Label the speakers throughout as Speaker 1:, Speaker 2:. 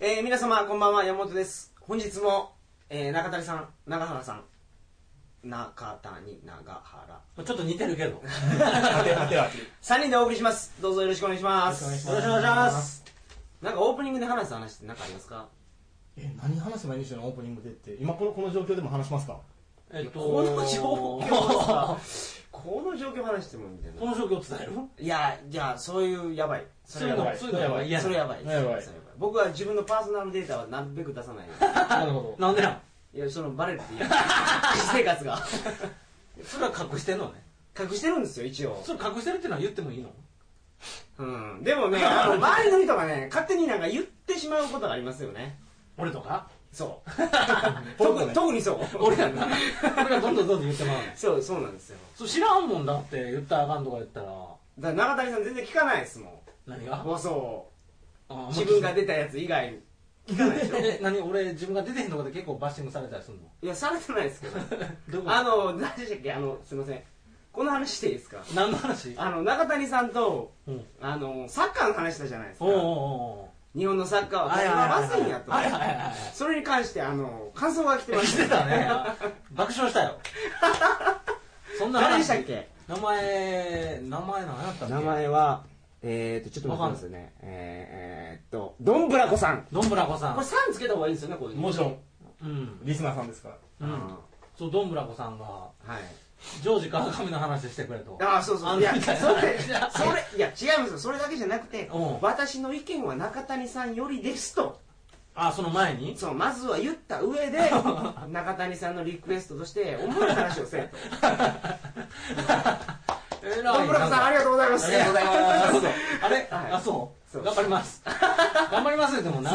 Speaker 1: えー、皆様こんばんは山本です本日も、えー、中谷さん長原さん中谷長原
Speaker 2: ちょっと似てる けど。
Speaker 3: 当て当て味
Speaker 1: 3人でお送りしますどうぞよろしくお願いします
Speaker 3: よろしく
Speaker 2: お願いします。
Speaker 1: なんかオープニングで話した話って何かありますか
Speaker 3: え何話せばいいんでしょうねオープニングでって今このこの状況でも話しますか
Speaker 2: えっと、
Speaker 1: この状況さこの状況話してもみたい
Speaker 2: こ
Speaker 1: な
Speaker 2: の状況伝える
Speaker 1: いやじゃあそういうやばいそ
Speaker 2: そう
Speaker 1: れや
Speaker 2: いう
Speaker 1: ば
Speaker 2: の、
Speaker 1: い
Speaker 2: そういうのやばい。いや
Speaker 1: それやばい
Speaker 3: やばい
Speaker 1: それ僕は自分のパーソナルデータはなるべく出さ ない
Speaker 3: なるほ
Speaker 2: なんでなん
Speaker 1: いやそのバレるって いう私生活が
Speaker 2: それは隠してんのね。
Speaker 1: 隠してるんですよ一応
Speaker 2: それ隠してるってのは言ってもいいの
Speaker 1: うんでもねあの 周りの人がね勝手になんか言ってしまうことがありますよね
Speaker 2: 俺とか
Speaker 1: そう
Speaker 3: 僕
Speaker 1: 特
Speaker 3: も
Speaker 1: に
Speaker 3: ね
Speaker 1: 特にそう
Speaker 2: 俺やんな。 俺がどんどんどんどん言ってまうの。
Speaker 1: そうそうなんですよ
Speaker 2: そう知らんもんだって言ったらあかんとか言ったら、
Speaker 1: だから中谷さん全然聞かないですも
Speaker 2: 何
Speaker 1: ん
Speaker 2: が
Speaker 1: 放送
Speaker 2: あ
Speaker 1: 自分が出たやつ以外聞かないでしょ
Speaker 2: え、何俺自分が出てへんのかで結構バッシングされたりするの
Speaker 1: いやされてないですけ ど
Speaker 2: どこ
Speaker 1: あの何でしたっけあのすいませんこの話していいですか
Speaker 2: 何の話
Speaker 1: あの中谷さんと
Speaker 2: うん。
Speaker 1: あのサッカーの話したじゃないですか
Speaker 2: おうおうおうおう。
Speaker 1: 日本のサッカーはこ
Speaker 2: は
Speaker 1: ん
Speaker 2: いはい
Speaker 1: な
Speaker 2: はい
Speaker 1: まずいんやと
Speaker 2: はいはいはいはい。
Speaker 1: それに関してあの感想が来 てまし
Speaker 2: したてたね爆笑した よそんな
Speaker 1: 誰で
Speaker 2: 話
Speaker 1: したっけ
Speaker 2: 名前名前何やったっけ
Speaker 1: 名前はえー、っとちょっと待ってますねえー、えーっとどんぶらこさん
Speaker 2: どんぶらこさ
Speaker 1: これ
Speaker 2: ん
Speaker 1: さんつけた方がいいんですよねこういう
Speaker 3: ど
Speaker 1: の
Speaker 3: もちろん
Speaker 2: うん、
Speaker 3: リスナーさんですから
Speaker 2: う
Speaker 1: うん
Speaker 2: ん、そうどんぶらこさんが
Speaker 1: はい
Speaker 2: ジョージ川上の話してくれと
Speaker 1: ああそうそ
Speaker 2: あ
Speaker 1: うんいや
Speaker 2: み
Speaker 1: そ
Speaker 2: た
Speaker 1: れ
Speaker 2: いな
Speaker 1: それいや違いますよそれだけじゃなくて
Speaker 2: うん
Speaker 1: 私の意見は中谷さんよりですと
Speaker 2: あその前に
Speaker 1: そうまずは言った上で中谷さんのリクエストとして思い話をせえと
Speaker 2: え らい
Speaker 1: どんぶらこさんありがとうございます
Speaker 2: ありがとうございますあれ、
Speaker 1: はい
Speaker 2: あそう
Speaker 1: そう
Speaker 2: 頑張ります頑張りますってもな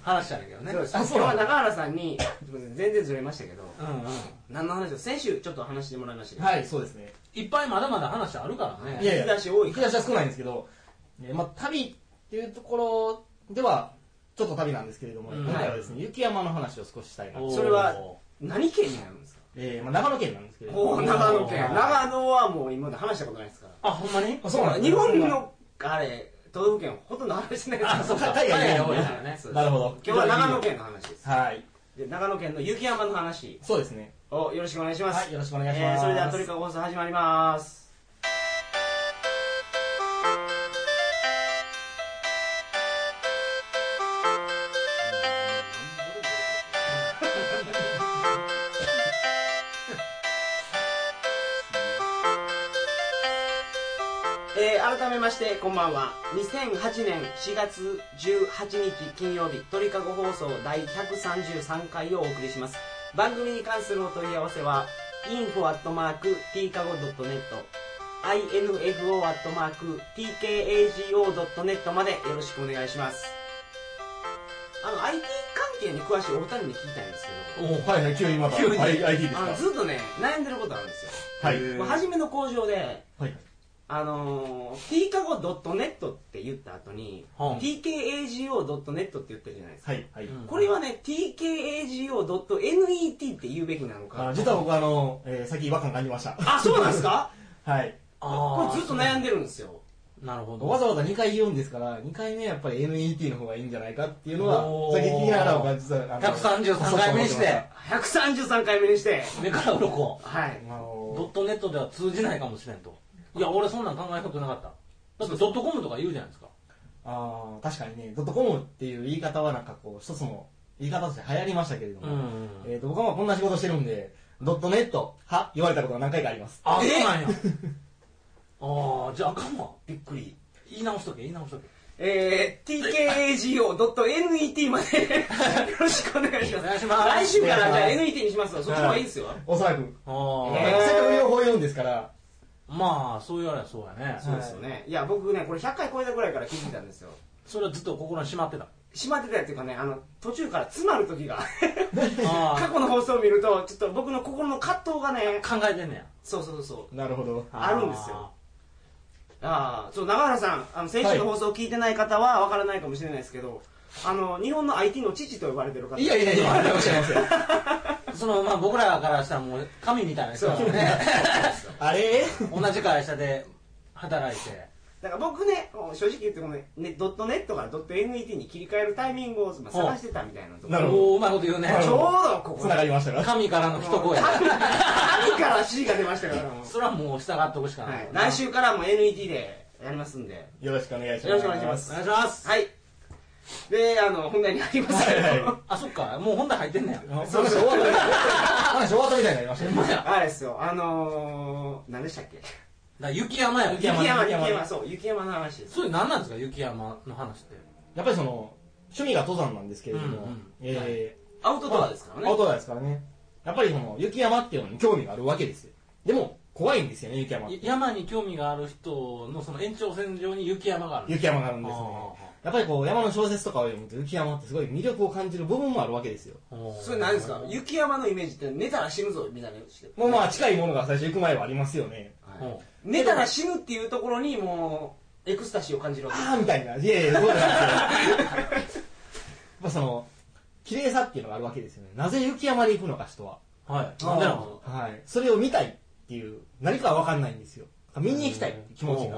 Speaker 2: 話したんだけどね
Speaker 1: そうです
Speaker 3: あ
Speaker 1: 今
Speaker 3: そ
Speaker 1: 日
Speaker 3: うな
Speaker 1: は
Speaker 3: んだ
Speaker 1: 中原さんにすいません全然ずれましたけど
Speaker 2: うんうん
Speaker 1: 何の話を先週ちょっと話してもらいましたけど
Speaker 3: はいそうですね
Speaker 2: いっぱいまだまだ話あるからね
Speaker 3: いやい
Speaker 1: 引き出
Speaker 3: や
Speaker 1: し多い
Speaker 3: 引き出しは少ないんですけど、えーまあ、旅っていうところではちょっと旅なんですけれども、
Speaker 2: うん
Speaker 3: 今回はですね雪山の話を少ししたいな
Speaker 2: おー
Speaker 3: と、
Speaker 1: それは何県になるんですか
Speaker 3: えーまあ、長野県なんですけれど
Speaker 1: お
Speaker 3: も
Speaker 1: お
Speaker 2: ー
Speaker 1: 長野県
Speaker 2: はい
Speaker 1: 長野はもう今まで話したことないですから
Speaker 2: あほんまに
Speaker 3: あそうなんですね
Speaker 1: 日本のあれ都道府県ほとんど話してないです
Speaker 2: あそうか
Speaker 3: 海
Speaker 2: 海外
Speaker 3: 外が
Speaker 2: が
Speaker 3: 多
Speaker 2: 多
Speaker 3: い
Speaker 2: い
Speaker 3: か
Speaker 2: からね
Speaker 1: そうです
Speaker 3: なるほど
Speaker 1: 今日は長野県の話です
Speaker 3: はい
Speaker 1: で長野県の雪山の話
Speaker 3: そうですね
Speaker 1: をよろしくお願いします
Speaker 3: はいよろしくお願いしま
Speaker 1: えー
Speaker 3: す、
Speaker 1: それではトリカゴ放送始まりますえー改めましてこんばんは2008年4月18日金曜日鳥かご放送第133回をお送りします番組に関するお問い合わせは info.tkago.net info.tkago.net までよろしくお願いしますあの IT 関係に詳しいお二人に聞きたいんですけ
Speaker 3: おーはいはい急にまた
Speaker 2: 急に
Speaker 3: I- IT です
Speaker 1: ど
Speaker 3: か
Speaker 1: あのずっとね悩んでることあるんですよ
Speaker 3: はい
Speaker 1: これ初めの工場で
Speaker 3: はい
Speaker 1: あのー、tkago.net って言った後に、
Speaker 2: うん
Speaker 1: tkago.net って言ったじゃないですか、
Speaker 3: はいはい、
Speaker 2: うん
Speaker 1: これはね tkago.net って言うべきなのか
Speaker 3: あ実は僕あの、えー、先違和感感じました
Speaker 1: あそうなんですか
Speaker 3: はい
Speaker 1: これずっと悩ん
Speaker 2: で
Speaker 1: でるんですよ
Speaker 2: なるほど
Speaker 3: わざわざ2回言うんですから2回目やっぱり NET の方がいいんじゃないかっていうのは
Speaker 2: おー
Speaker 3: 先聞きながらも実はあの
Speaker 2: 133回目にして
Speaker 1: 133回目にして
Speaker 2: 目から鱗
Speaker 1: はい
Speaker 3: あの
Speaker 2: ドットネットでは通じないかもしれんといや俺そんなん考えたことなかっただってドットコムとか言うじゃないですか
Speaker 3: あー確かにねドットコムっていう言い方はなんかこう一つの言い方として流行りましたけれども、えー、と僕はまあこんな仕事してるんでドットネットは言われたことが何回かあります
Speaker 2: あそ
Speaker 1: え
Speaker 2: う なんやああじゃああかんわ
Speaker 1: びっくり
Speaker 2: 言い直しとけ言い直しとけ
Speaker 1: えー、tkago.net まで よろしくお願いします
Speaker 2: お願いします
Speaker 1: 来週からじゃあ
Speaker 3: お願いし
Speaker 1: NET にしますわそっちの方がいいですよ
Speaker 3: おそらく、
Speaker 2: あ
Speaker 3: え
Speaker 2: ー
Speaker 1: え
Speaker 3: ー、せっかく両方言うんですから
Speaker 2: まあそう言われりゃそうやね
Speaker 1: そうですよねいや僕ねこれ100回超えたぐらいから聞いてたんですよ
Speaker 2: それはずっと心にし まってた
Speaker 1: しまってたっていうかねあの途中から詰まる時が過
Speaker 2: あ
Speaker 1: 去の放送を見るとちょっと僕の心の葛藤がね
Speaker 2: あ考えてんねや
Speaker 1: そうそうそうそう
Speaker 3: なるほど
Speaker 1: あるんですよああそう長原さんあの先週の
Speaker 3: は
Speaker 1: 放送を聞いてない方はわからないかもしれないですけど、あの日本の IT の父と呼ばれてる方
Speaker 3: いやいやいやおっしゃいますよ
Speaker 2: あーそのまあ僕らからしたらもう神みたいな人だもんね
Speaker 3: あれ
Speaker 2: 同じ会社で働いて
Speaker 1: だから僕ね、もう正直言ってもね、ねドットネットからドット NET に切り替えるタイミングをまあ探してたみたいなとこ
Speaker 3: なるほど
Speaker 2: おーうまいこと言うね。
Speaker 3: なる
Speaker 1: ち
Speaker 3: ほ
Speaker 1: ょう
Speaker 3: ど
Speaker 1: どここ
Speaker 3: 繋がりましたから。
Speaker 2: 神からの一声。
Speaker 1: 神から指示が出ましたから、もう
Speaker 2: それはもう従っておくしか
Speaker 1: は
Speaker 2: ないい。、
Speaker 1: 来週からも NET でやりますんで、
Speaker 3: よろしくお願いします。
Speaker 1: よろしくお願いします
Speaker 2: お願いします。
Speaker 1: はい。で、あの、本題に入りますけど、
Speaker 3: はいは
Speaker 2: あ、そっか。もう本題入ってんねや。
Speaker 3: あ。話終わったみたいな。話終わったみたいになりましたね。
Speaker 2: ほんまや。だか
Speaker 1: あれですよ、あのー、何でしたっけ
Speaker 2: ら雪山や。
Speaker 3: 雪
Speaker 1: 雪山、
Speaker 3: 山
Speaker 1: 雪
Speaker 3: 雪山
Speaker 1: 山、そう、雪山の話です。
Speaker 2: それ何なんですか雪山の話って。
Speaker 3: やっぱりその、趣味が登山なんですけれども、
Speaker 2: うんうん
Speaker 3: え
Speaker 1: アウ
Speaker 3: ー
Speaker 1: トドアですからね。
Speaker 3: アウトドアですからね。やっぱりその、雪山っていうのに興味があるわけですよ。でも、怖いんですよね、雪山って。
Speaker 2: い山に興味がある人のその延長線上に雪山がある。
Speaker 3: 雪山があるんですね
Speaker 2: ああ。
Speaker 3: やっぱりこう、山の小説とかを読むと雪山ってすごい魅力を感じる部分もあるわけですよ。
Speaker 1: それ何ですか雪山のイメージって寝たら死ぬぞみたいなことして
Speaker 3: もうまあ、近いものが最初行く前はありますよね。
Speaker 1: はい
Speaker 2: うん
Speaker 1: 寝たら死ぬっていうところにもうエクスタシーを感じるわけです
Speaker 3: あーみたいな。いやいや、そうなんですよ。まあその、綺麗さっていうのがあるわけですよね。なぜ雪山に行くのか、人は。
Speaker 2: はい。なんでなの
Speaker 3: はい。それを見たいっていう、何かは分かんないんですよ。見に行きたいっていう気持ちが。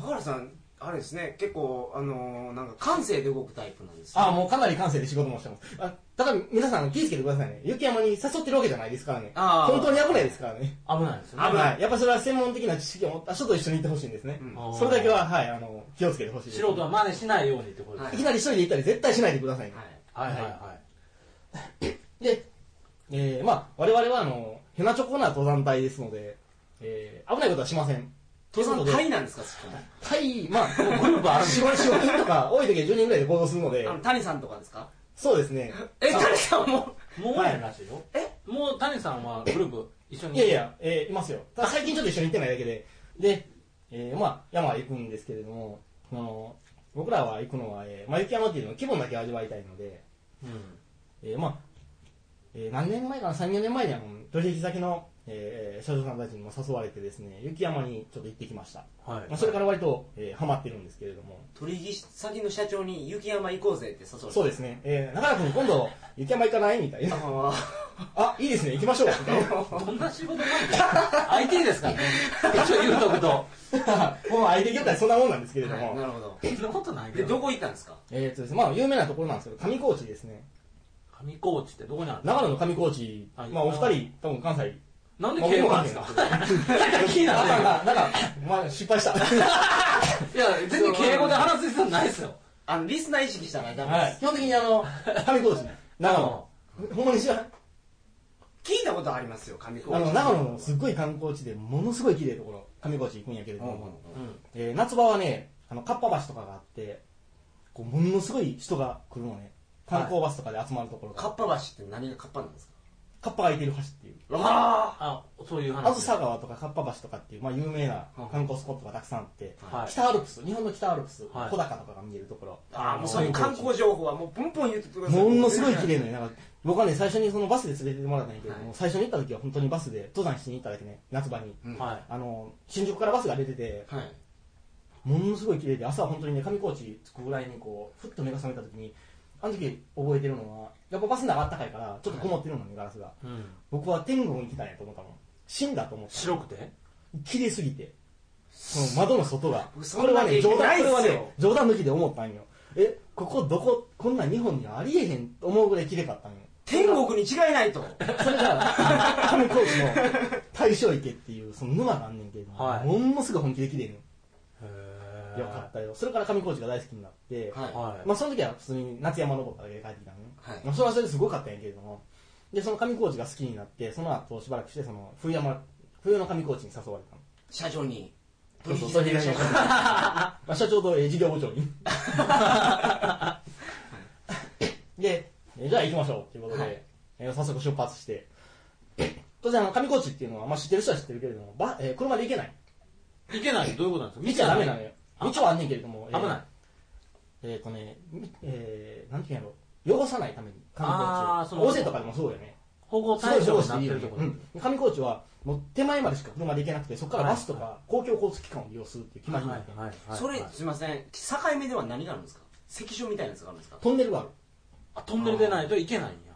Speaker 1: 中原さんあれですね結構あのーなんか感性で動くタイプなんですよ
Speaker 3: ああ、もうかなり感性で仕事もしてます。あただ皆さん気をつけてくださいね。雪山に誘ってるわけじゃないですからね。
Speaker 1: あー
Speaker 3: 本当に危ないですからね。
Speaker 2: 危ないですよね。
Speaker 1: 危ない
Speaker 3: はいやっぱそれは専門的な知識を持った人と一緒に行ってほしいんですね。
Speaker 1: うん
Speaker 2: あー
Speaker 3: それだけは、はい、あの、気をつけてほしいです。
Speaker 2: 素人は真似しないようにってことです
Speaker 1: はい
Speaker 3: いきなり一人で行ったり絶対しないでくださいね。
Speaker 1: はい
Speaker 2: はいはい
Speaker 3: は
Speaker 2: は
Speaker 3: で、えー、まあ、我々は、あの、へなちょこな登山隊ですので、えー、危ないことはしません。
Speaker 1: 登山
Speaker 3: 隊
Speaker 1: 隊なんですかそこ
Speaker 3: 隊、まあ、もう
Speaker 2: い。グループある
Speaker 3: 4、5 4 5人とか、多い時は10人ぐらいで行動するので
Speaker 1: あ、の谷さんとかですか
Speaker 3: そうですね。
Speaker 1: え谷さんも
Speaker 2: もうやらしいよ。
Speaker 1: え
Speaker 2: もう谷さんはグループ一緒に。
Speaker 3: いやいや、えー、いますよ。ただ最近ちょっと一緒に行ってないだけで。で、えー、まあ、山行くんですけれども、あの、僕らは行くのは、えー、まあ、雪山っていうのは気分だけ味わいたいので、
Speaker 2: うん。
Speaker 3: えー、まあ、えー、何年前かな、3、4年前にあの、取引先の、えー、社長さんたちにも誘われてですね、雪山にちょっと行ってきました。
Speaker 2: はい。
Speaker 3: まあ、それから割と、えー、ハマってるんですけれども。
Speaker 1: 取引先の社長に雪山行こうぜって誘う
Speaker 3: そうですね。えー、中原君今度、雪山行かないみたいな。
Speaker 1: あ
Speaker 3: あ、いいですね、行きましょう。みたいな。
Speaker 2: どんな仕事なんだ ?IT ですからね。 一応言うとくと。
Speaker 3: もう IT 業界そんなもんなんですけれ
Speaker 1: ー
Speaker 3: ども。
Speaker 1: はいなるほど
Speaker 2: そんなことないけ
Speaker 1: で
Speaker 2: ど。
Speaker 1: どこ行ったんですか
Speaker 3: えー、とですね、まあ、有名なところなんですけど、上高地ですね。
Speaker 2: 上高地ってどこにある
Speaker 3: 長野の上高地、
Speaker 2: はい
Speaker 3: まあ、お二人、多分関西。
Speaker 2: なんで敬語なんですか気にな
Speaker 3: あ
Speaker 2: る
Speaker 3: かんあかんなんか、まあ、失敗した。
Speaker 2: いや、全然敬語で話す必要ないですよ。
Speaker 1: あのリスナー意識したらダメです、
Speaker 3: はい、基本的にあの、上高地、長野。ほんまに知らん
Speaker 1: 聞いたことありますよ上高地
Speaker 3: あの、長野のすっごい観光地で、ものすごい綺麗なところ、上高地行くんやけれど
Speaker 1: うんうん
Speaker 3: も、
Speaker 2: うん。
Speaker 3: えー夏場はね、あの、かっぱ橋とかがあって、こう、ものすごい人が来るのね。観光バスとかで集まるところ
Speaker 1: か
Speaker 3: が、
Speaker 1: っぱ橋って何がかっぱなんですか
Speaker 3: かっぱが空いてる橋っていう。
Speaker 1: わ
Speaker 2: あ、そういう話。
Speaker 3: あずさ川とかかっぱ橋とかっていう、まあ、有名な観光スポットがたくさんあって、
Speaker 2: はい
Speaker 3: 北アルプス、日本の北アルプス、
Speaker 2: はい
Speaker 3: 小高とかが見えるところ。
Speaker 1: ああもうそういう観光情報はもうポンポン言ってください
Speaker 3: ものすごい綺麗なねなんか僕はね、最初にそのバスで連れてってもらったんやけども、
Speaker 1: はい
Speaker 3: 最初に行った時は本当にバスで登山しに行っただけね、夏場に。
Speaker 1: うん
Speaker 2: はい。
Speaker 3: あの、新宿からバスが出てて、
Speaker 1: はい
Speaker 3: ものすごい綺麗で、朝は本当にね、上高地着くぐらいにこう、ふっと目が覚めた時に、あの時覚えてるのは、やっぱバスの中あったかいから、ちょっとこもってるのね、ガラスが。
Speaker 2: うん。
Speaker 3: 僕は天国に来たんやと思ったもん。死んだと思った。
Speaker 2: 白くて
Speaker 3: 綺麗すぎてその窓の外が
Speaker 1: そ
Speaker 3: これはね
Speaker 1: そん
Speaker 3: 冗
Speaker 1: なわ
Speaker 3: 談
Speaker 1: け
Speaker 3: これ
Speaker 1: ないっ
Speaker 3: は
Speaker 1: すよ
Speaker 3: ね冗談抜きで思ったんよえここどここんなん日本にはありえへんと思うぐらい綺麗かったんよ
Speaker 1: 天国に違いないと
Speaker 3: それ が上高地の大正池っていうその沼があんねんけれども、
Speaker 2: はい
Speaker 3: ものすごい本気で綺麗ね
Speaker 2: へ
Speaker 3: んよかったよそれから上高地が大好きになって、
Speaker 1: はい
Speaker 2: はい。
Speaker 3: まあその時は普通に夏山登っただけで帰ってきたのね、
Speaker 1: はい
Speaker 3: まあ、それはそれですごかったんやけれどもでその上高地が好きになってその後しばらくしてその冬山冬の上高地に誘われたの
Speaker 1: 社長に
Speaker 3: そうそうそう
Speaker 1: 社長に
Speaker 3: まあ、社長と、えー事業部長 に。で、えーじゃあ行きましょうということで、
Speaker 1: はい
Speaker 3: えー早速出発して。当然、あの上高地っていうのは、まあ、知ってる人は知ってるけれども、ばえー車で行けない。
Speaker 2: いけないどういうことなん
Speaker 3: 道
Speaker 2: ですか
Speaker 3: はダメなのよ。
Speaker 2: あ
Speaker 3: 道はあんねんけれども、
Speaker 2: 危ない。
Speaker 3: えーえーとね、みえーなんていうんやろ、汚さないために、上
Speaker 2: あー
Speaker 3: 高地
Speaker 2: そ
Speaker 3: を。
Speaker 2: の
Speaker 3: 大勢とかでもそうよね。
Speaker 2: 保護
Speaker 3: すごい
Speaker 2: 対象
Speaker 3: 上
Speaker 2: に
Speaker 3: 司
Speaker 2: なって
Speaker 3: でいいよ
Speaker 2: るって
Speaker 3: ね
Speaker 2: こ
Speaker 3: う
Speaker 2: と
Speaker 3: ん上高地は、もう手前までしか車で行けなくて、そこからバスとか公共交通機関を利用するっていう決まりになってる、
Speaker 1: それすいません境目では何があるんですか関所みたいなやつがあるんですか
Speaker 3: トンネルがある。
Speaker 2: あトンネルでないといけないんや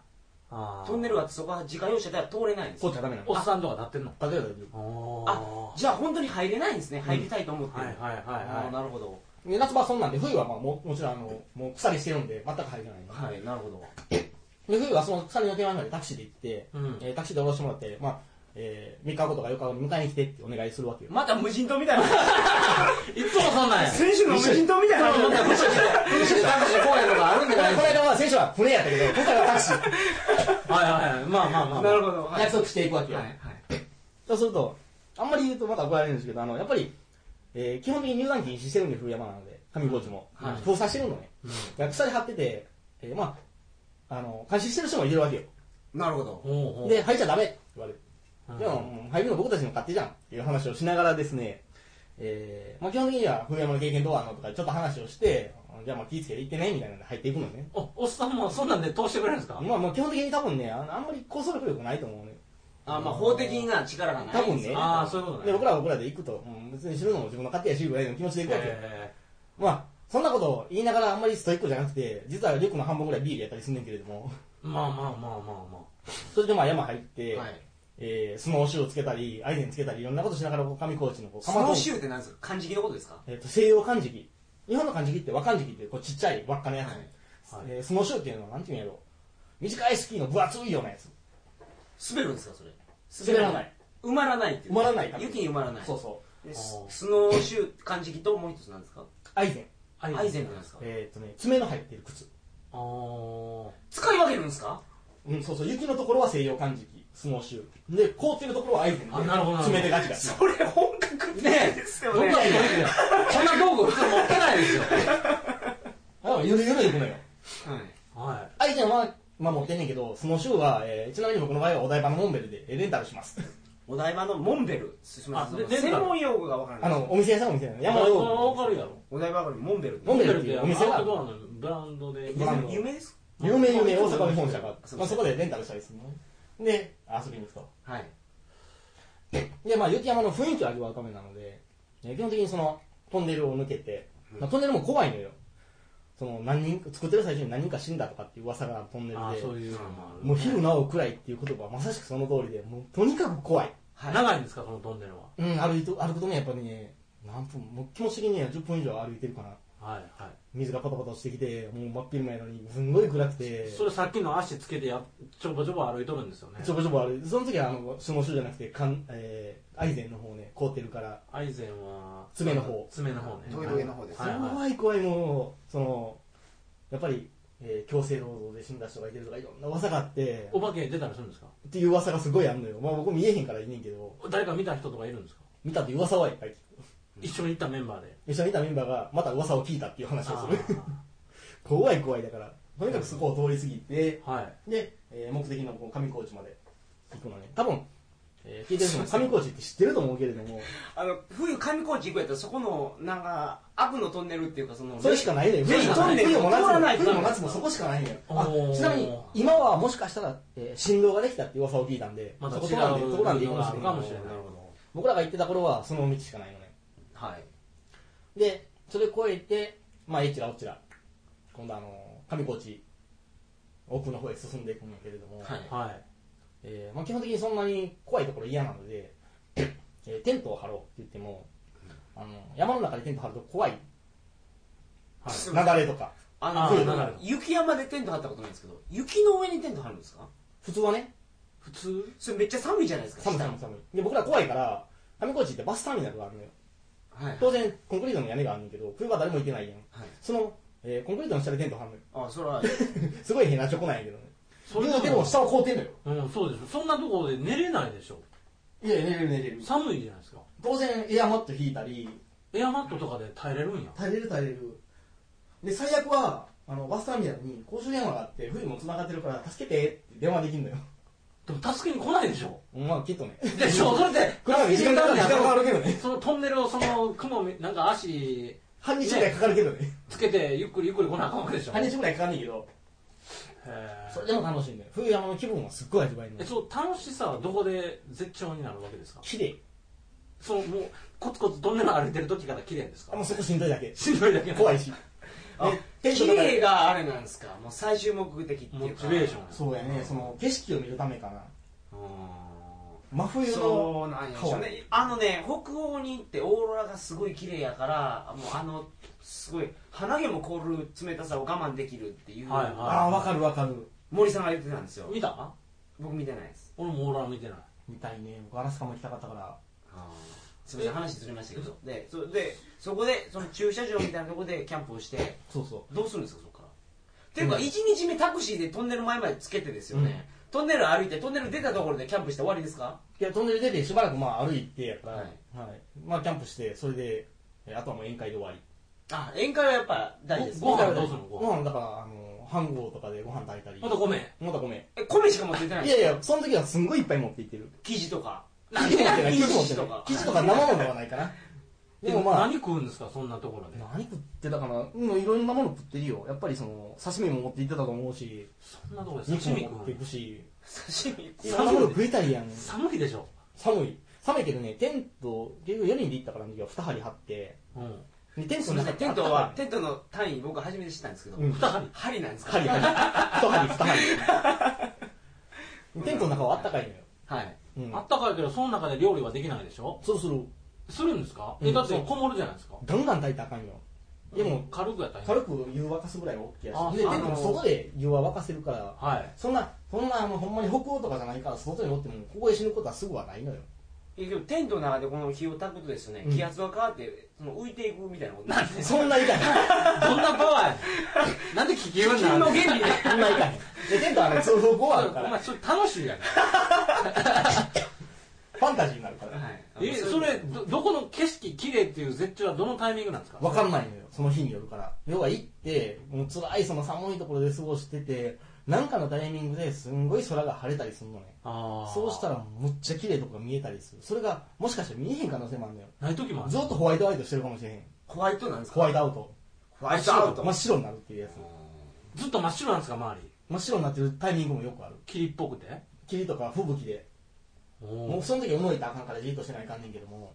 Speaker 2: あー
Speaker 1: トンネルがあってそこは自家用車では通れないんです
Speaker 3: こっちはダメなの
Speaker 2: おっさんとかなってんの
Speaker 3: 例えば
Speaker 1: あ
Speaker 2: あ
Speaker 1: じゃあ本当に入れないんですね入りたいと思って
Speaker 2: はい
Speaker 1: る、
Speaker 2: はいはい
Speaker 1: あー
Speaker 2: は
Speaker 1: なるほど
Speaker 3: で夏場はそんなんで冬はまあももちろんあのもう鎖してるんで全く入らないの、
Speaker 1: はいなるほど
Speaker 3: で冬はその鎖の手前までタクシーで行って、
Speaker 2: うん
Speaker 3: えータクシーで降ろしてもらって、まあえー、3日後とか4日後に迎えに来てってお願いするわ けよ
Speaker 1: また無人島みたいな
Speaker 2: いいつもそんなんや
Speaker 1: 選手の無人島みたいな
Speaker 2: そうまた無人公園とかあるんじ
Speaker 3: こ
Speaker 2: ゃな
Speaker 3: の
Speaker 2: いです
Speaker 3: 間は選手は船 やったけど今回はタクシー
Speaker 2: かはいはいはいまあまあ まあまあ
Speaker 1: なるほどはい
Speaker 3: 約束していくわけよ、
Speaker 1: はいはい
Speaker 3: そうするとあんまり言うとまた怒られるんですけどあのやっぱり、えー基本的に入団禁止してるんで冬山なので上高地も、
Speaker 2: はい
Speaker 3: 封鎖してるのね、
Speaker 2: うん
Speaker 3: で鎖張ってて、えーまああの監視してる人もいるわけよ
Speaker 1: なるほど
Speaker 2: ほうほう
Speaker 3: で入っちゃダメって言われる
Speaker 2: うん
Speaker 3: でも、もう入るの僕たちの勝手じゃんっていう話をしながらですね、えーまあ、基本的には、古山の経験どうなのとか、ちょっと話をして、じゃあまあ気ぃつけて行ってね、みたいなんで入っていくのね。
Speaker 2: おおっさんもそんなんで通してくれるんですか
Speaker 3: まあ、もう基本的に多分ね、あのあんまり構想力力ないと思うね。
Speaker 1: あまあ法的な力がない
Speaker 3: 多分ね
Speaker 2: ああそういうことね
Speaker 3: で、僕らは僕らで行くと、うん別に死ぬのも自分の勝手やし、ぐらいの気持ちで行くわけよ。
Speaker 2: え
Speaker 3: まあ、そんなことを言いながらあんまりストイックじゃなくて、実はリュックの半分ぐらいビールやったりすんねんけれども、
Speaker 2: ーまあまあまあまあま
Speaker 3: それでまあ山入って、
Speaker 1: はい
Speaker 3: えースノーシューをつけたり、アイゼンつけたり、いろんなことしながら、こう上高地のこう、
Speaker 1: スノーシューって何ですか漢字のことですか
Speaker 3: えっと西洋漢字記日本の漢字記って和漢字記ってこうちっちゃい輪っかのやつ、
Speaker 1: はい
Speaker 2: はい
Speaker 3: えースノーシューっていうのはなんていうんやろ短いスキーの分厚いようなやつ
Speaker 1: 滑るんですかそれ
Speaker 3: 滑らない
Speaker 1: 埋まらないっていう
Speaker 3: 埋まらない多分
Speaker 1: 雪に埋まらない
Speaker 3: そうそ
Speaker 1: で
Speaker 2: あー
Speaker 1: スノーシュー漢字記ともう一つなんですか
Speaker 3: うアイゼン
Speaker 2: あ
Speaker 1: アイゼンなんですか
Speaker 3: えーっとね爪の入ってる靴
Speaker 2: あー
Speaker 1: 使い分けるんですか
Speaker 3: うんそうそう雪のところは西洋漢字記スノーシューで凍ってるところはアイゼンで
Speaker 2: あなるほどなるほど
Speaker 3: 爪でガチガチ
Speaker 1: それ本格的ですよね
Speaker 2: 僕はそれでそんな道具普通持ってない ですよ
Speaker 3: だからゆるゆるいくの
Speaker 1: は
Speaker 3: よ
Speaker 1: い
Speaker 2: は
Speaker 3: アイゼンはまあ持ってんねんけどスノーシューは、えーちなみに僕の場合はお台場のモンベルでえーレンタルします
Speaker 1: お台場のモンベルすみま
Speaker 2: あ
Speaker 1: せ
Speaker 2: レ
Speaker 1: ん
Speaker 2: レンタル
Speaker 1: 専門用語がわからな
Speaker 3: あ
Speaker 1: い
Speaker 3: のお店屋さんお店屋さん
Speaker 2: い
Speaker 3: 山の
Speaker 2: まあ
Speaker 3: よ
Speaker 2: わかるやろ
Speaker 1: お台場のモンベル
Speaker 3: モンベルっていうお店が
Speaker 2: アウトドアのブランドで
Speaker 3: ブランド
Speaker 1: 有名です
Speaker 3: 有名有名大阪の本社があっ
Speaker 1: そう
Speaker 3: て
Speaker 1: そう
Speaker 3: まあ、そこでレンタルしたりするのねで遊びに行くと
Speaker 1: はい
Speaker 3: で、まあ、雪山の雰囲気を味わうためなので、えー基本的にその、トンネルを抜けて、まあ、トンネルも怖いのよ。その、何人か、作ってる最中に何人か死んだとかっていう噂がトンネル
Speaker 2: ああそう
Speaker 3: で、
Speaker 2: いうのもある
Speaker 3: もう昼なお暗いっていう言葉はまさしくその通りで、もうとにかく怖い。
Speaker 1: はい
Speaker 2: 長いんですかそのトンネルは
Speaker 3: うん、歩いと、歩くとね、やっぱりね、何分、もう気持ち的には10分以上歩いてるかな。
Speaker 2: はいはい
Speaker 3: 水がパタパタ落ちてきて、もう真っ昼間やのに、すんごい暗くて、
Speaker 2: それさっきの足つけてやちょぼちょぼ歩いとるんですよね
Speaker 3: ちょぼちょぼ歩いて、その時はあの、スノーシューじゃなくて、かんえー、アイゼンの方ね、凍ってるから、
Speaker 2: アイゼンは
Speaker 3: 爪の方
Speaker 2: 爪の方ね
Speaker 1: トゲトゲの方です
Speaker 2: はいはい
Speaker 3: 怖い怖いもうそのやっぱり、えー強制労働で死んだ人がいてるとかいろんな噂があって
Speaker 2: お化け出たりするんですか
Speaker 3: っていう噂がすごいあんのよまあ僕見えへんからいいねんけど
Speaker 2: 誰か見た人とかいるんですか
Speaker 3: 見たって噂はいっぱい聞く
Speaker 2: 一緒に行ったメンバーで
Speaker 3: 一緒にいたメンバーがまた噂を聞いたっていう話をする 怖い怖いだからとにかくそこを通り過ぎて
Speaker 2: あー はい
Speaker 3: で、えー目的のこう上高地まで行くのね多分、えー聞いてる人も上高地って知ってると思うけれども
Speaker 1: あの冬上高地行くやったらそこのなんか悪のトンネルっていうかその
Speaker 3: それしかないのよ。
Speaker 1: ぜひトンネル
Speaker 3: 冬も夏
Speaker 1: 通らな
Speaker 3: も
Speaker 1: い
Speaker 3: 冬も夏もそこしかないのよ。あ
Speaker 2: おー
Speaker 3: ちなみに、今はもしかしたら、えー振動ができたって噂を聞いたんで、
Speaker 2: また
Speaker 3: そ
Speaker 2: 違う
Speaker 3: こ通らんで、通らんでいいかも
Speaker 2: のがあ
Speaker 3: しれない
Speaker 2: るかもしれない
Speaker 1: なるほど
Speaker 3: 僕らが行ってた頃は、その道しかないのね。
Speaker 1: はい
Speaker 3: で、それ越えて、まあ、えちらおちら、今度あの、上高地、奥の方へ進んでいくんだけれども、
Speaker 1: はい
Speaker 2: はい
Speaker 3: えーまあ、基本的にそんなに怖いところ嫌なので、えーテントを張ろうって言っても、あの山の中でテント張ると怖い、
Speaker 2: はい
Speaker 3: 雪崩とか。
Speaker 1: あ
Speaker 2: あ
Speaker 1: の
Speaker 2: ーなるほど
Speaker 1: 雪山でテント張ったことないんですけど雪の上にテント張るんですか
Speaker 3: 普通はね、
Speaker 2: 普通
Speaker 1: それめっちゃ寒いじゃないですか
Speaker 3: 寒い寒い寒いで僕ら怖いから上高地ってバスターミナルがあるのよ
Speaker 1: はいはい
Speaker 3: 当然コンクリートの屋根があるんだけど冬場誰も行ってないやんその、えーコンクリートの下でテント張るのよ
Speaker 1: あそれは
Speaker 3: すごい変なチョコなんやけどね
Speaker 2: それ
Speaker 3: 言うても下を凍ってんのよ
Speaker 2: うんそうでしょそんなところで寝れないでしょ
Speaker 3: いや寝れる寝れる
Speaker 2: 寒いじゃないですか
Speaker 3: 当然エアマット引いたり
Speaker 2: エアマットとかで耐えれるんや
Speaker 3: 耐えれる耐えれるで最悪はあのバスターミナルに公衆電話があって冬も繋がってるから助けてって電話できんのよ
Speaker 2: でも助けに来ないでしょ
Speaker 3: まあきっとね
Speaker 2: で しょそれで
Speaker 3: 暗い時間かかる時間かかるけどね
Speaker 2: そのトンネルをその雲みなんか足
Speaker 3: 半日ぐらいかかるけどね
Speaker 2: つけてゆっくりゆっくり来なあかんわけでしょ
Speaker 3: 半日ぐらいかかんねんけど
Speaker 2: へ
Speaker 3: それでも楽しいんだよ冬山の気分はすっごい味わえるの
Speaker 2: え
Speaker 3: よ
Speaker 2: そう楽しさはどこで絶頂になるわけですか
Speaker 3: 綺麗
Speaker 2: そのもうコツコツトンネル歩いてる時から綺麗です
Speaker 3: あ
Speaker 2: か
Speaker 3: もうそこしんどいだけ
Speaker 2: しんどいだけなの
Speaker 3: 怖いし
Speaker 1: あ
Speaker 3: テント
Speaker 1: 綺
Speaker 3: の中で
Speaker 1: 麗があれなんですかもう最終目的っていうか
Speaker 2: モチベーション
Speaker 3: そうやね、その景色を見るためかな。
Speaker 1: う
Speaker 3: 真
Speaker 1: ん
Speaker 3: 冬の
Speaker 1: そうなんでしょうねあのね北欧に行ってオーロラがすごい綺麗やからもうあのすごい鼻毛も凍る冷たさを我慢できるっていう、
Speaker 2: はいはい
Speaker 3: ああ、わかるわかる。
Speaker 1: 森さんが言ってたんですよ
Speaker 2: 見た
Speaker 1: 僕見てないです
Speaker 2: 俺もオーロラ見てない
Speaker 3: みたいね。僕、アラスカも行きたかったから。
Speaker 1: すみません話ずれましたけどでそでそこでその駐車場みたいなところでキャンプをして
Speaker 3: そうそ
Speaker 1: どうするんですかそこからっていうか、
Speaker 3: うん
Speaker 1: 一1日目タクシーでトンネル前までつけてですよね、トンネル歩いてトンネル出たところでキャンプして終わりですか
Speaker 3: う。いや、トンネル出てしばらくまあ歩いてやから、
Speaker 1: は
Speaker 3: はいい。まあ、キャンプして、それで、えあとはもう宴会で終わり。
Speaker 1: あ宴会はやっぱ大事ですね
Speaker 2: ごご飯どうするのご
Speaker 3: ご
Speaker 2: 飯
Speaker 3: 飯だから、あの、飯盒とかでご飯炊いたり。
Speaker 2: またごめん
Speaker 3: またごめん。
Speaker 1: え米しか持ってってないん
Speaker 3: い
Speaker 1: です
Speaker 3: や
Speaker 1: か
Speaker 3: いや、その時はすんごいいっぱい持っていってる。
Speaker 1: 生地とか
Speaker 3: 生地持ってない、生地持って
Speaker 1: 生地と
Speaker 3: な
Speaker 1: か
Speaker 3: い。生地とか生物ではないかな。でもまあ
Speaker 2: 何、食うんですかそんなところで
Speaker 3: 何食ってたかなうん、いろんなもの食ってるよ。やっぱりその、刺身も持って行ってたと思うし、
Speaker 2: そんなところで
Speaker 3: 肉
Speaker 2: 刺身
Speaker 3: も持って
Speaker 2: 食
Speaker 3: いうくし、
Speaker 1: 刺身
Speaker 3: いろんなもの食いたいやん。
Speaker 2: 寒いでしょ
Speaker 3: 寒い。寒いけどね、テント、結局4人で行ったからあの時は2張り張って、
Speaker 2: うん
Speaker 3: でテン
Speaker 1: す
Speaker 3: ト
Speaker 1: み
Speaker 3: の
Speaker 1: ま
Speaker 3: 中
Speaker 1: せんテントはテントの単位僕初めて知ったんですけど、
Speaker 3: うん
Speaker 2: 二針
Speaker 1: 針なんですか
Speaker 3: 針、針。1針、2針。テントの中はあったかいのよ。
Speaker 1: はい
Speaker 3: うん
Speaker 2: あ。ったかいけどその中で料理はできないでしょ
Speaker 3: そうする。
Speaker 2: するんですか
Speaker 3: う
Speaker 2: え
Speaker 3: ん
Speaker 2: だって
Speaker 3: そう
Speaker 2: こもるじゃないですか
Speaker 3: ガンガン炊いたらあかんよ。でも、
Speaker 2: 軽くやったらいい
Speaker 3: 軽く湯沸かすぐらいは OK
Speaker 2: あ
Speaker 3: やし、で、
Speaker 2: あ
Speaker 3: テントの
Speaker 1: の
Speaker 3: 外で湯は沸かせるから、
Speaker 2: はい
Speaker 3: そんな、そんな、あの、ほんまに北欧とかじゃないから、外におっても、ここで死ぬことはすぐはないのよ。
Speaker 1: えでもテントの中でこの火を焚くとですね、
Speaker 3: うん
Speaker 1: 気圧が変わってその浮いていくみたいなことなんですね
Speaker 3: そんな痛い。
Speaker 2: どんなパワー やねんなんで気球
Speaker 1: 地球
Speaker 2: な
Speaker 1: の
Speaker 2: の
Speaker 1: 原理で
Speaker 3: そんな痛い。で、テントはね、通風5あるか
Speaker 2: お
Speaker 3: ら、
Speaker 2: 前それ楽しいやん
Speaker 3: ファンタジーになるから。
Speaker 1: はい
Speaker 2: えそれどどこの景色綺麗っていう絶頂はどのタイミングなんですか
Speaker 3: わかんないのよ、その日によるから。要は行って、もう辛いその寒いところで過ごしてて、なんかのタイミングですんごい空が晴れたりするのね。
Speaker 2: ああ
Speaker 3: そうしたら、むっちゃ綺麗とか見えたりする。それが、もしかしたら見えへん可能性もあるのよ。
Speaker 2: ない時もある
Speaker 3: ずっとホワイトアウトしてるかもしれへん。
Speaker 1: ホワイトなんですか
Speaker 3: ホワイトアウト。
Speaker 1: ホワイトアウト
Speaker 3: 真っ白になるっていうやつ。
Speaker 2: ずっと真っ白なんですか周り
Speaker 3: 真っ白になってるタイミングもよくある。
Speaker 2: 霧っぽくて
Speaker 3: 霧とか吹雪で。
Speaker 2: お
Speaker 3: もう
Speaker 2: お
Speaker 3: その時思いたらあかんからじっとしてないかんねんけども。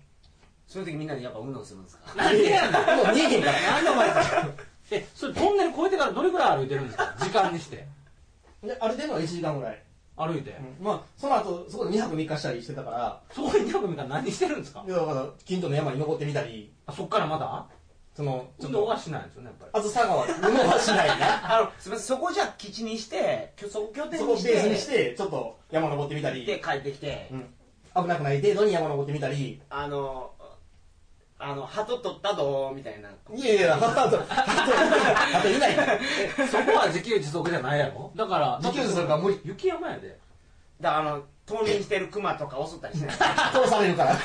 Speaker 1: その時みんなでやっぱ運動するんですか
Speaker 2: なんでやねん
Speaker 3: もう見えへんか
Speaker 2: な
Speaker 3: ら。
Speaker 2: んでお前 えそれトンネル越えてからどれぐらい歩いてるんですか時間にして
Speaker 3: で、ある程度は1時間ぐらい。
Speaker 2: 歩いて、
Speaker 3: うんまあ、その後、そこで2泊3日したりしてたから、
Speaker 2: そこに200ミリから何してるんですか
Speaker 3: いやだから、近所の山に登ってみたり、
Speaker 2: あそっからまだ
Speaker 3: その、ちょっ
Speaker 2: 運動
Speaker 3: と、
Speaker 2: はしないんですよねやっぱり
Speaker 3: あずさ川、運動はしない な。
Speaker 1: あのすみませんそこじゃあ基地にしてきょそこ拠点
Speaker 3: そこ
Speaker 1: に
Speaker 3: を
Speaker 1: し
Speaker 3: ベ
Speaker 1: て
Speaker 3: ースにして、ちょっと山登ってみた
Speaker 1: 行っ
Speaker 3: り
Speaker 1: て、帰ってきて、
Speaker 3: うん危なくない程度に山登ってみたり、
Speaker 1: あのあの鳩取ったどみたいない
Speaker 3: やいや、 あと、あといないから。
Speaker 2: えそこは自給自足じゃないやろだから
Speaker 3: 自給自足は無理
Speaker 2: 雪山やで
Speaker 1: だからあの冬眠してるクマとか襲ったりし ない
Speaker 3: 殺されるから。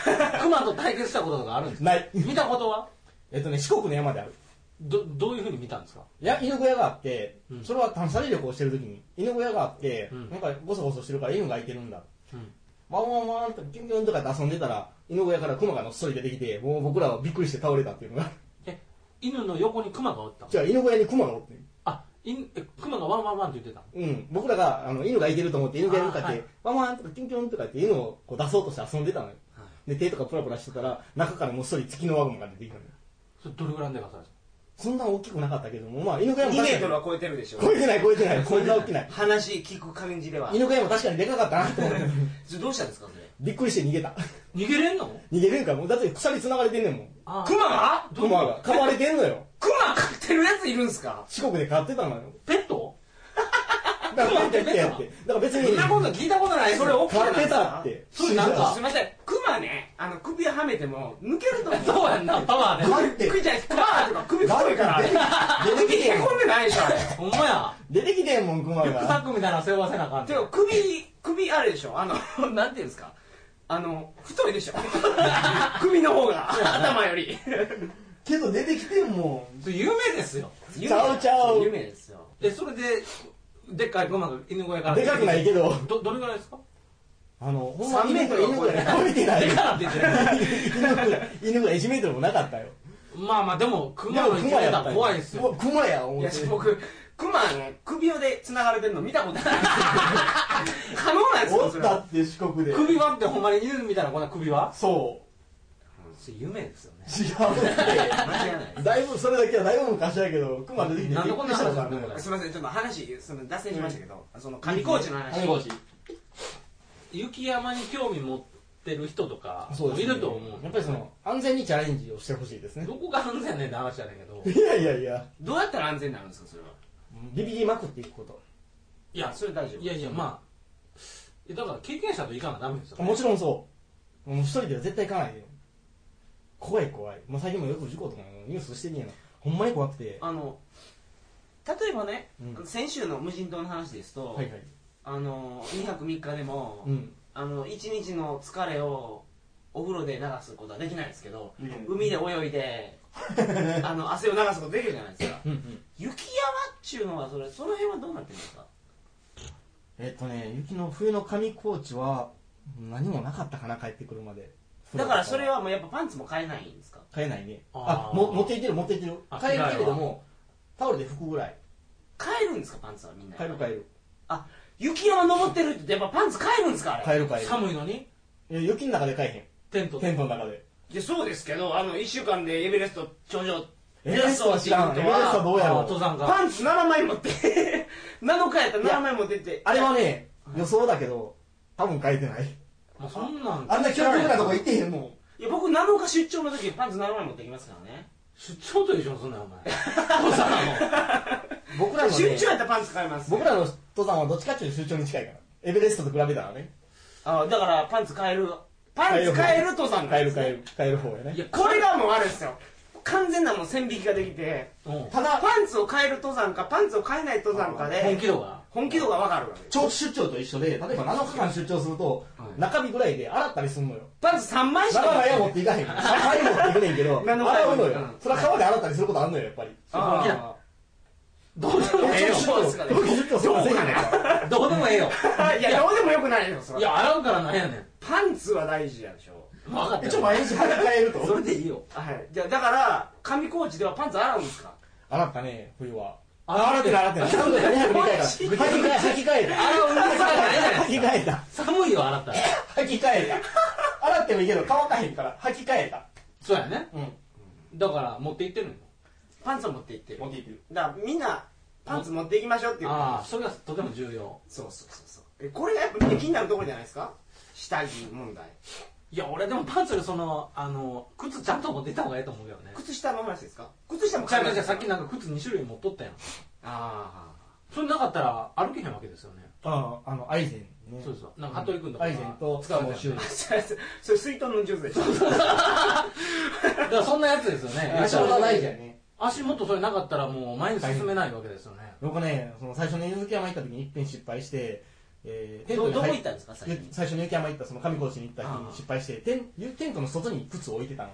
Speaker 2: 熊と対決したこととかあるんですか
Speaker 3: ない。
Speaker 2: 見たことは
Speaker 3: えっとね、四国の山である。
Speaker 2: どどういうふうに見たんですか
Speaker 3: いや、犬小屋があって
Speaker 2: う、ん
Speaker 3: それは探査旅行をしてる時に、犬小屋があって、
Speaker 2: うん
Speaker 3: なんかゴソゴソしてるから犬がいてるんだ。
Speaker 2: うん
Speaker 3: ワンワンワンとギュンギュンとかって遊んでたら、犬小屋から熊がのっそり出てきて、もう僕らはびっくりして倒れたっていうのが。
Speaker 2: え犬の横に熊がおったの
Speaker 3: じゃあ犬小屋に熊がおって。
Speaker 2: あ犬え熊がワンワンワンって言ってたの
Speaker 3: うん、僕らがあの犬がいてると思って犬がいるかって、
Speaker 2: あはい
Speaker 3: ワンワンとかキュンキュンとかって犬をこう出そうとして遊んでたのよ、で手とかプラプラしてたら中からもっそり月のワゴンが出てきたのよ
Speaker 2: それどれぐらいのでかさですか
Speaker 3: そんな大きくなかったけどもまあ犬小屋も
Speaker 1: 2メ
Speaker 3: 確か
Speaker 1: ート
Speaker 3: に
Speaker 1: ルは超えてるでしょ
Speaker 3: 超えてない超えてないこんな大きない
Speaker 1: 話聞く感じでは
Speaker 3: 犬小屋も確かにでかかったなと思って
Speaker 1: それどうしたんですかそれ
Speaker 3: びっくりして逃げた
Speaker 2: 逃げれんの
Speaker 3: 逃げれんからもうだって鎖繋がれてんねんもん
Speaker 2: あ
Speaker 1: クマが
Speaker 2: どう
Speaker 3: 熊が噛まれてんのよ
Speaker 1: クマ飼ってるやついるんですか
Speaker 3: 四国で飼ってたのよ
Speaker 2: ペット
Speaker 3: だからペッてやってだから別
Speaker 2: そん
Speaker 3: に
Speaker 2: なこと聞いたことない
Speaker 1: それ
Speaker 3: 飼
Speaker 1: オッケーなん
Speaker 3: っ
Speaker 1: で
Speaker 3: て
Speaker 1: す
Speaker 3: た
Speaker 1: か
Speaker 3: って
Speaker 2: それなんか
Speaker 1: すいませんクマねあの首はめても抜けると思う
Speaker 2: そうやんなパワーで
Speaker 3: だっ て
Speaker 1: 首じゃないクマとか首太いから
Speaker 3: 出て
Speaker 1: 首
Speaker 3: きて
Speaker 1: へ
Speaker 3: んもん
Speaker 1: こんでないでしょあれ
Speaker 2: ほんまや
Speaker 3: 出てきてんもん熊
Speaker 2: リュックサッ
Speaker 3: が
Speaker 2: クみたいなの背負わせなあかん
Speaker 1: て
Speaker 2: で
Speaker 1: か首首あれでしょあの なんていうんですかあの太いでしょ 首の方が頭より
Speaker 3: けど出てきてんもん
Speaker 2: それ夢ですよ
Speaker 1: 夢
Speaker 3: ちゃうち ゃう
Speaker 1: 夢ですよ
Speaker 2: えそれででっかい熊が犬小屋から
Speaker 3: でかくないけど
Speaker 2: どどれぐらいですか
Speaker 3: あの、ほん
Speaker 1: 3メートルは
Speaker 3: 犬ぐらい超えてない
Speaker 2: で。かなって言ってる
Speaker 3: 犬ぐらい、犬ぐらい1メートルもなかったよ。
Speaker 2: まあまあでも熊
Speaker 3: で
Speaker 2: の
Speaker 3: も
Speaker 2: 生
Speaker 3: 熊
Speaker 2: き
Speaker 3: や
Speaker 2: 方
Speaker 3: ったよ
Speaker 2: 怖いです
Speaker 3: も
Speaker 2: よ
Speaker 3: う熊や、思
Speaker 1: い
Speaker 3: っ
Speaker 1: や
Speaker 3: て。
Speaker 1: 僕クマね首輪で繋がれてるの見たことない可能なんです
Speaker 3: お
Speaker 1: か
Speaker 3: っ
Speaker 1: それ
Speaker 3: た
Speaker 1: は
Speaker 3: って四国で。
Speaker 2: 首輪ってほんまに犬みたいなこんな首輪
Speaker 3: そ
Speaker 2: それ夢ですよね
Speaker 3: 違う
Speaker 1: 間違いない
Speaker 3: ってだいぶそれだけはだいぶ昔やけど熊出てきて
Speaker 2: なんでこんな話になったの
Speaker 1: すみません、ちょっと話、その脱線しましたけど、その上高地の話、
Speaker 3: 上高地
Speaker 2: 雪山に興味持ってる人とか
Speaker 3: そうですね
Speaker 2: いると思う
Speaker 3: やっぱりその安全にチャレンジをしてほしいですね
Speaker 2: どこが安全やねんって話やねんけど
Speaker 3: いやいやいや
Speaker 1: どうやったら安全になるんですか、それは。
Speaker 3: ビビりまくっていくこ
Speaker 2: いや
Speaker 1: それ大丈夫。
Speaker 2: いやいやまあだから経験者と行かなダメですよ
Speaker 3: ともちろんそうもう一人では絶対行かないで怖い怖いもう最近もよく事故とかもニュースしてんねやなほんまに怖くて
Speaker 1: あの、例えばね、
Speaker 3: うん
Speaker 1: 先週の無人島の話ですと、
Speaker 3: はいはい
Speaker 1: あの、2泊3日でも、
Speaker 3: うん
Speaker 1: あの、1日の疲れをお風呂で流すことはできないですけど、
Speaker 4: うん
Speaker 1: 海で泳い で、あの、汗を流すことできるじゃないですか。
Speaker 3: うんうん
Speaker 1: 雪山っちゅうのは、それ、その辺はどうなってるんですか
Speaker 3: えっとね雪の冬の上高地は何もなかったかな帰ってくるまで
Speaker 1: だからそれはもうやっぱパンツも買えないんですか
Speaker 3: 買えないね
Speaker 2: あー
Speaker 3: あも持っていってる持っていってる
Speaker 2: あ
Speaker 3: 買えるけれどもタオルで拭くぐらい
Speaker 1: 買えるんですかパンツはみんな。
Speaker 3: 買える買える
Speaker 1: あ、雪山登ってる人ってやっぱパンツ買えるんですかあれ。
Speaker 3: 買える買える
Speaker 2: 寒いのに
Speaker 3: いや雪の中で買え
Speaker 2: テント
Speaker 3: へん
Speaker 2: で
Speaker 3: テントの中で
Speaker 1: でそうですけど、あの、1週間でエベレスト頂上、
Speaker 3: エベレストは知らん
Speaker 1: エベ
Speaker 3: エ
Speaker 1: レ
Speaker 3: ベレ
Speaker 1: ス
Speaker 3: ス
Speaker 1: トは
Speaker 3: トはどうや
Speaker 2: あ
Speaker 3: ろ
Speaker 2: 登
Speaker 3: う
Speaker 2: 山家
Speaker 1: パンツ7枚持って、7日やったら7枚持ってって。
Speaker 3: あれはね予想だけど多分買えてない
Speaker 2: もうそんなん
Speaker 3: あんな極端なとこ行ってへんも
Speaker 1: い
Speaker 3: ん
Speaker 1: や、僕7日出張の時パンツ7枚持ってきますからね。
Speaker 2: 出張と一緒にすんなよお 前登山家
Speaker 3: 僕らの
Speaker 1: 出
Speaker 3: ね
Speaker 1: 張やったらパンツ買えます。
Speaker 3: 僕らの登山はどっちかっていうと出張に近いからエベレストと比べたらね
Speaker 1: あだからパンツ買える。パンツ買える登山なん
Speaker 3: 買え
Speaker 1: で
Speaker 3: る
Speaker 1: すね
Speaker 3: 買える買える方や
Speaker 2: い
Speaker 3: ね
Speaker 2: や
Speaker 1: これがもうあれですよ。完全なもう線引きができて、
Speaker 2: うん
Speaker 3: ただ
Speaker 1: パンツを買える登山か、パンツを買えない登山かで、
Speaker 2: 本気度が
Speaker 1: 本気度がわかるわけです。
Speaker 3: 長期出張と一緒で例えば7日間出張すると
Speaker 1: はい
Speaker 3: 中日ぐらいで洗ったりすんのよ
Speaker 1: パンツ3枚しか
Speaker 3: 7枚は持ってい かへんから7枚持っていくねんけど
Speaker 1: 何の会
Speaker 3: 洗
Speaker 1: 話
Speaker 3: うの
Speaker 1: う
Speaker 3: よ
Speaker 1: ん
Speaker 3: それは川で洗ったりすることあんのよやっぱり
Speaker 2: 本気だ
Speaker 1: あ
Speaker 2: どうでもええ
Speaker 1: え
Speaker 2: よ
Speaker 1: えそうですかね
Speaker 3: 長期出張するのせいやねんから
Speaker 2: どうでもええよ
Speaker 1: ー いや、どうでもよくないですよ、そ
Speaker 2: い
Speaker 1: れは。
Speaker 2: や洗うからなんやねん
Speaker 1: パンツは大事やでしょ。
Speaker 2: 分かった
Speaker 3: 一応
Speaker 2: よ
Speaker 3: 毎日履き替えると
Speaker 2: それでいいよ
Speaker 1: はい。じゃあだから、上高地ではパンツ洗うんですか
Speaker 3: 洗ったね冬は
Speaker 2: あ
Speaker 3: 洗ってない洗ってない履き替えた履き替えた
Speaker 2: 洗うのがないじゃない
Speaker 3: 履き替えた
Speaker 2: 寒いよ洗ったら
Speaker 3: 履き替えた洗ってもいいけど乾かへんから履き替えた
Speaker 2: そうやね
Speaker 3: うん
Speaker 2: だから持って行ってるのよ
Speaker 1: パンツを持って行ってる。
Speaker 3: 持っていってる
Speaker 1: だからみんな、パンツ持っていきましょうっていう。
Speaker 2: ああそれがとても重要
Speaker 1: そうそうそうそう。え、これがやっぱ気になるところじゃないですか下着問題。
Speaker 2: いや俺でもパンツよりそのあの靴ちゃんと持って行った方がいいと思うけどね
Speaker 1: 靴下の話ですか靴下も
Speaker 2: じゃ
Speaker 1: 買い
Speaker 2: あ
Speaker 1: ま
Speaker 2: じ
Speaker 1: し
Speaker 2: ゃあ
Speaker 1: た
Speaker 2: さっきなんか靴2種類持っとったやん
Speaker 1: あ
Speaker 2: それなかったら歩けへんわけですよね
Speaker 3: あああのアイゼンね
Speaker 2: そうそうなんか服部君とか
Speaker 3: アイゼンと
Speaker 2: 使う
Speaker 3: も
Speaker 2: も
Speaker 3: うんシュ
Speaker 1: あ。
Speaker 3: ー
Speaker 1: それ、それ水筒の上手でしょ。
Speaker 2: だからそんなやつですよね
Speaker 3: ズ足元ないじゃんね
Speaker 2: 足元それなかったらもう前に進めないわけですよね
Speaker 3: 僕ねその最初の柚木山行った時に一遍失敗してえーテント
Speaker 1: ど、
Speaker 3: に
Speaker 1: どこ
Speaker 3: 入
Speaker 1: 行ったんですか最
Speaker 3: ゆ
Speaker 1: 近。
Speaker 3: 最初に雪山行ったその上高地に行った日
Speaker 1: ああ
Speaker 3: に失敗してテンゆテントの外に靴を置いてたの、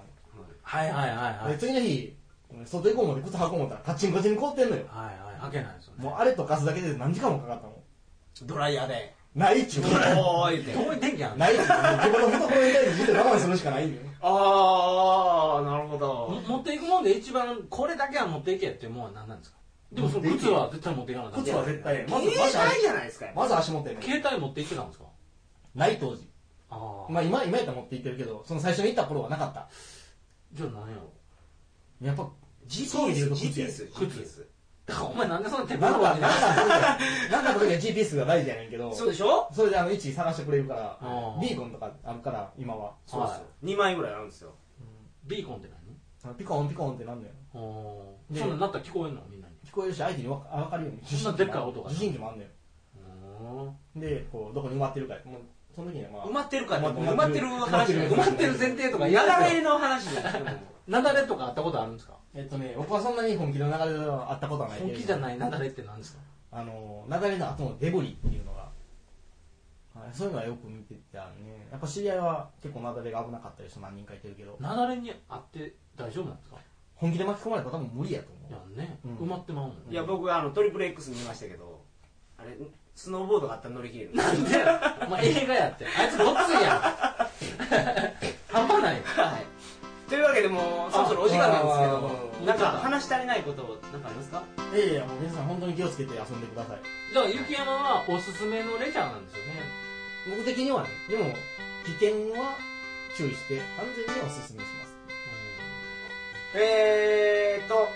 Speaker 2: はいはいはいはいはい
Speaker 3: で次の日外行こう思って靴履こう思ったらカッチンコチン凍ってんのよ
Speaker 2: はい履けないですよね
Speaker 3: もうあれとかすだけで何時間もかかったの
Speaker 1: ドライヤーで。
Speaker 3: ないっちゅう の
Speaker 1: おーいって。
Speaker 2: 遠い天気やん
Speaker 3: ないっちゅうの自分の懐に入れてずっと我慢するしかないんだよ
Speaker 1: あー、なるほ
Speaker 2: も
Speaker 1: ど。
Speaker 2: 持っていくもんで一番これだけは持っていけって思うのは何なんですかでもその靴は絶対持っていかない
Speaker 3: 靴は絶対まず
Speaker 1: 携
Speaker 3: まず
Speaker 1: 帯じゃないですか。
Speaker 3: まず足持ってんの
Speaker 2: 携帯持って行ってたんですか
Speaker 3: ない当時
Speaker 2: ああ
Speaker 3: まあ今今やったら持って行ってるけどその最初に行った頃はなかった
Speaker 2: じゃあ何やろ
Speaker 3: やっぱ装備で言
Speaker 1: GPS、
Speaker 3: うと靴や
Speaker 1: GPS、
Speaker 2: 靴だからお前なんでそんな手
Speaker 3: なん
Speaker 2: 放
Speaker 3: か
Speaker 2: わ
Speaker 3: なん
Speaker 2: け
Speaker 3: か
Speaker 2: ない
Speaker 3: なんかの時は GPS が大事やねんけど
Speaker 1: そうでしょ
Speaker 3: それであの位置探してくれるから
Speaker 2: ああ
Speaker 3: ビーコンとかあるから今は
Speaker 1: そうですよ。2枚ぐらいあるんですよ。
Speaker 2: ビーコンって
Speaker 3: あのピコンピコンってなんだよ
Speaker 2: 何おー
Speaker 3: で
Speaker 2: そんなんなったら聞こえんのみんなに
Speaker 3: 聞こえるし相手にわか分かるように受
Speaker 2: そんなでっかい音が
Speaker 3: 受信機もあんのよ
Speaker 2: おー
Speaker 3: でこうどこに埋まってるかもうその時にはまあ
Speaker 1: 埋まってるかって、
Speaker 3: 埋ま
Speaker 1: 埋まってる話じゃない
Speaker 2: 埋まってる前提とか
Speaker 1: 雪
Speaker 2: 嫌だよ
Speaker 1: 崩の話じゃない。
Speaker 2: 雪崩とかあったことあるんですか
Speaker 3: えっとね僕はそんなに本気の流れでは会ったことはないけ
Speaker 2: 本
Speaker 3: れど
Speaker 2: 気じゃない雪崩って何ですか
Speaker 3: あの雪崩の後のデブリっていうのがはいそういうのはよく見てたねやっぱ知り合いは結構雪崩が危なかったりして何人かいてるけど
Speaker 2: 雪崩にあって大丈夫なんですか
Speaker 3: 本気で巻き込まれたら多分無理やと
Speaker 2: い
Speaker 3: 思
Speaker 2: や
Speaker 3: う
Speaker 2: ね
Speaker 3: うん
Speaker 2: 埋まってまうもん
Speaker 1: いや、僕、あの、トリプル X 見ましたけど、あれ、スノーボードがあったら乗り切れる。
Speaker 2: なんでやお前映画やってあいつごっついやん 半端ないよ
Speaker 1: はい。というわけでもう、そろそろお時間なんですけど、
Speaker 2: あ
Speaker 1: なんか話し足りないこと、なんかありますか
Speaker 3: いやいやもう皆さん本当に気をつけて遊んでください
Speaker 2: だから雪山はおすすめのレジャーなんですよね
Speaker 3: 僕的にはねでも危険は注意して安全にはお勧めします
Speaker 1: えーっと、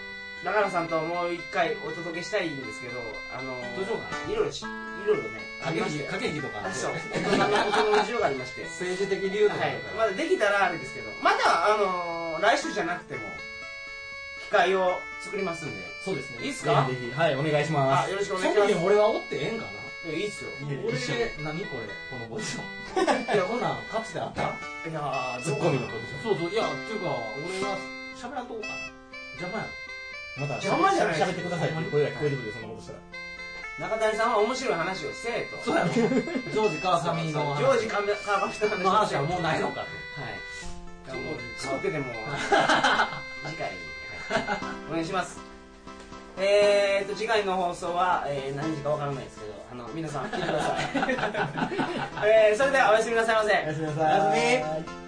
Speaker 1: 中野さんともう一回お届けしたいんですけど、あの
Speaker 2: どうしようか
Speaker 1: いろいろし、いろいろね、あり
Speaker 2: 駆
Speaker 1: まし
Speaker 2: け引
Speaker 1: て。
Speaker 2: き駆け引きとか
Speaker 1: あそう、大人の大人の事情がありまして。は
Speaker 2: 政治的理由とか
Speaker 1: い。まだできたらあれですけど、また、あのー来週じゃなくても、機会を作りますんで。
Speaker 2: そうですね
Speaker 1: いいっすか
Speaker 3: ぜひぜひはいお願いしま
Speaker 1: あ、
Speaker 3: す
Speaker 1: よろしくお
Speaker 2: そ
Speaker 1: 願
Speaker 2: の
Speaker 1: いしま
Speaker 2: 時
Speaker 1: す。
Speaker 2: 俺はおってええんかない
Speaker 1: やいいっすよ。
Speaker 2: 俺で何これこの ポジションいやこんなんかつてあった
Speaker 1: いやー、
Speaker 3: ツッコミのこと
Speaker 2: そうそういやっていうか俺は喋らんとこうかな邪魔や
Speaker 3: また
Speaker 1: 邪魔じゃない
Speaker 3: 喋ってくださいっていう声が聞こえてくるよそんなことしたら
Speaker 1: 中谷さんは面白い話をせえと。
Speaker 2: そうやろジョージ川上の話
Speaker 1: ジョージ川上さん
Speaker 2: の
Speaker 1: の
Speaker 2: 話
Speaker 1: 話
Speaker 2: は
Speaker 1: をせえと
Speaker 2: もうないのか
Speaker 1: はい。
Speaker 2: と
Speaker 1: もう、つこけても、次回に、はいお願いします。えーと、次回の放送は、えー何時かわからないですけど、あの、 皆さん、聞いてください。えーそれでは、おやすみなさいませ。
Speaker 3: おやすみな
Speaker 2: おや
Speaker 3: さい